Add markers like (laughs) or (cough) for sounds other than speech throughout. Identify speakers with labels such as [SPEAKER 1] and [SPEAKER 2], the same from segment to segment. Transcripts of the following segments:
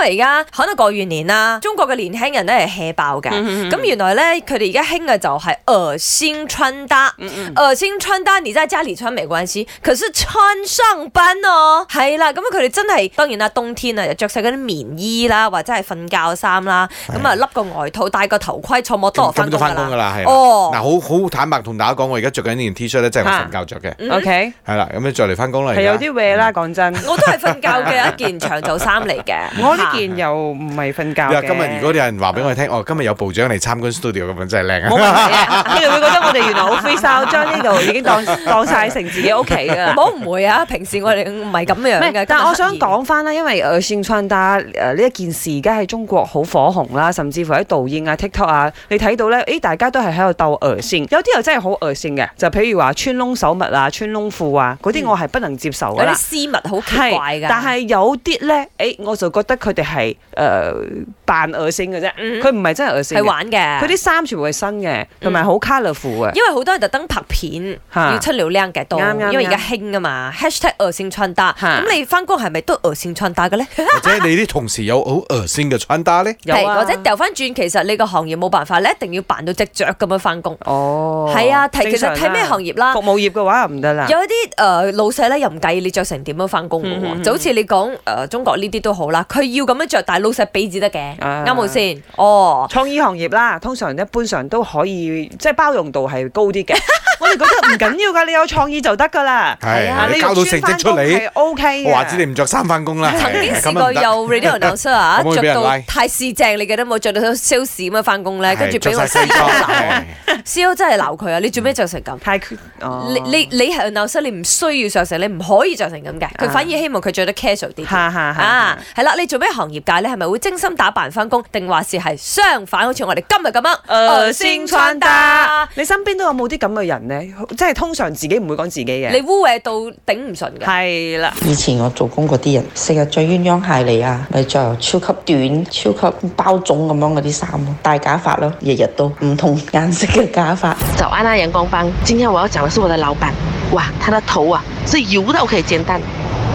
[SPEAKER 1] 為而家可能過完年啦，中國嘅年輕人咧係 hea 爆嘅。咁原來咧，佢哋而家興嘅就係惡心穿搭。惡心穿搭，你在家裡穿沒關係，可是穿上班哦，係啦。咁佢哋真係當然啦，冬天啊，又着晒嗰啲棉衣啦，或者係瞓覺衫啦，咁啊笠個外套，戴個頭盔，坐摩多
[SPEAKER 2] 咁
[SPEAKER 1] 翻
[SPEAKER 2] 都
[SPEAKER 1] 工
[SPEAKER 2] 哦翻工
[SPEAKER 1] 㗎
[SPEAKER 2] 㗎
[SPEAKER 1] 啦。
[SPEAKER 2] 啦，係啦。
[SPEAKER 1] 哦
[SPEAKER 2] 嗱，好好坦白同大家講，我而家着緊呢件 T 恤咧，真係我
[SPEAKER 3] 嚇
[SPEAKER 2] 瞓覺着嘅，
[SPEAKER 1] 嗯
[SPEAKER 3] OK，
[SPEAKER 2] 係啊啦，咁樣再嚟翻工啦。而
[SPEAKER 3] 係
[SPEAKER 2] 家
[SPEAKER 3] 有啲 w 啦，講真。
[SPEAKER 1] 我都係瞓覺嘅一件長袖衫嚟嘅。
[SPEAKER 3] 我呢件又唔係瞓覺
[SPEAKER 2] 你話
[SPEAKER 3] 嘅。
[SPEAKER 2] 啊今日如果有人話俾我哋聽，哦，今日有部長嚟參觀 studio 咁樣真係靚啊！ (laughs)
[SPEAKER 3] 冇問題啊， (laughs) 你哋會覺得我哋原來好 free style，將呢度已經當 (laughs) 當曬成自己屋企啊㗎
[SPEAKER 1] 唔
[SPEAKER 3] 啦。
[SPEAKER 1] (laughs) 好誤會啊！平時我哋唔係咁樣
[SPEAKER 3] 唔
[SPEAKER 1] 嘅
[SPEAKER 3] 係，。但
[SPEAKER 1] 今日
[SPEAKER 3] 我想
[SPEAKER 1] 刻意
[SPEAKER 3] 講翻啦，因為呃誒線穿搭誒呃呢一件事而家喺中國好火紅啦，甚至乎喺導演啊、TikTok 啊，你睇到咧，誒大家都係喺度鬥誒線，有啲又真係好誒線嘅，就譬如話穿窿手襪啊、穿窿褲啊，嗰啲我係不能接受
[SPEAKER 1] 有
[SPEAKER 3] 㗎啦
[SPEAKER 1] 啲。絲襪好奇怪
[SPEAKER 3] 係
[SPEAKER 1] 㗎。
[SPEAKER 3] 但係有啲咧，誒我就覺得佢哋係誒扮惡線嘅啫，
[SPEAKER 1] 嗯
[SPEAKER 3] 佢唔係真係惡線
[SPEAKER 1] 係
[SPEAKER 3] 嘅。
[SPEAKER 1] 玩嘅，
[SPEAKER 3] 佢啲衫全部係新嘅，同埋好 colourful 嘅。
[SPEAKER 1] 因為好多人特登拍片
[SPEAKER 3] 嚇
[SPEAKER 1] 要出流量嘅都，
[SPEAKER 3] 啱啱
[SPEAKER 1] 因為而家興㗎嘛，#hashtag 惡性穿搭。
[SPEAKER 3] 嚇
[SPEAKER 1] 咁你翻工係咪都惡性穿搭嘅咧？
[SPEAKER 2] 或者你啲同事有好惡心嘅穿搭咧？
[SPEAKER 3] (laughs)
[SPEAKER 1] (laughs)
[SPEAKER 3] 有啊
[SPEAKER 1] 或者掉翻轉，其實你個行業冇辦法，你一定要扮到只雀咁樣翻工。
[SPEAKER 3] 哦，
[SPEAKER 1] 係啊，睇其實
[SPEAKER 3] 正常啦
[SPEAKER 1] 睇咩行業啦
[SPEAKER 3] 服。務業嘅話就唔得啦。
[SPEAKER 1] 有一啲誒、呃老細咧又唔介意你着成點樣翻工嘅
[SPEAKER 3] 嗯嗯
[SPEAKER 1] 喎，
[SPEAKER 3] 嗯
[SPEAKER 1] 就好似你講誒、呃中國呢啲都好啦，佢要咁樣着，但係老細俾至得嘅，
[SPEAKER 3] 啊
[SPEAKER 1] 啱冇先？哦，
[SPEAKER 3] 創意行業啦，通常一般上都可以，即係包容度係高
[SPEAKER 1] (laughs)
[SPEAKER 3] 啲嘅。我哋覺得唔緊要㗎，你有創意就得㗎啦。
[SPEAKER 2] 係
[SPEAKER 1] 啊
[SPEAKER 2] 你交到成績出嚟
[SPEAKER 3] 係，OK 嘅。
[SPEAKER 2] 我話知你唔着衫翻工啦。
[SPEAKER 1] 哎曾經
[SPEAKER 2] 係
[SPEAKER 1] 試
[SPEAKER 2] (laughs) 咁
[SPEAKER 1] 過
[SPEAKER 2] 啊唔得
[SPEAKER 1] 有 radio announcer
[SPEAKER 2] (laughs)
[SPEAKER 1] 啊，
[SPEAKER 2] 可唔可以俾
[SPEAKER 1] 着
[SPEAKER 2] 人
[SPEAKER 1] 到
[SPEAKER 2] 拉
[SPEAKER 1] 太市正，你記得冇？着到 sales 咁樣翻工咧，跟住
[SPEAKER 2] 係着
[SPEAKER 1] 俾我
[SPEAKER 2] 晒
[SPEAKER 1] CEO
[SPEAKER 2] 西裝
[SPEAKER 1] 鬧
[SPEAKER 2] 係
[SPEAKER 1] ，CEO 真係鬧佢啊！你做咩着成咁？
[SPEAKER 3] 太缺哦
[SPEAKER 2] 嗯
[SPEAKER 1] 你你你係 announcer，你唔需要着成，你唔可以着成咁嘅。佢
[SPEAKER 3] 啊
[SPEAKER 1] 反而希望佢着得 casual 啲。
[SPEAKER 3] 嚇嚇
[SPEAKER 1] 啊
[SPEAKER 3] 嚇，
[SPEAKER 1] 係啦，你做咩行業界咧？係咪會精心打扮翻工，定還是係相反？好似我哋今日咁樣，
[SPEAKER 3] 誒
[SPEAKER 1] 呃
[SPEAKER 3] 先穿搭，你身邊都有冇啲咁嘅人呢？即係通常自己唔會講自己
[SPEAKER 1] 你
[SPEAKER 3] 嘅。
[SPEAKER 1] 污衊到頂唔順嘅。
[SPEAKER 3] 係啦，
[SPEAKER 4] 以前我做工嗰啲人，成日着鴛鴦鞋嚟啊，咪着超級短、超級包腫咁樣嗰啲衫咯，戴假髮咯，日日都唔同顏色嘅假髮。
[SPEAKER 5] 早安啊，阳光帮。今天我要讲的是我的老板，哇，他的头啊是油到可以煎蛋，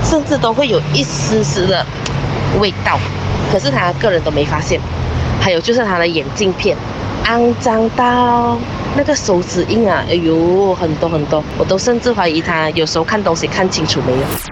[SPEAKER 5] 甚至都会有一丝丝的嘖味道，可是他个人都没发现。还有就是他的眼镜片，肮脏到那个手指印啊，哎呦，很多很多，我都甚至怀疑他有时候看东西看清楚没有。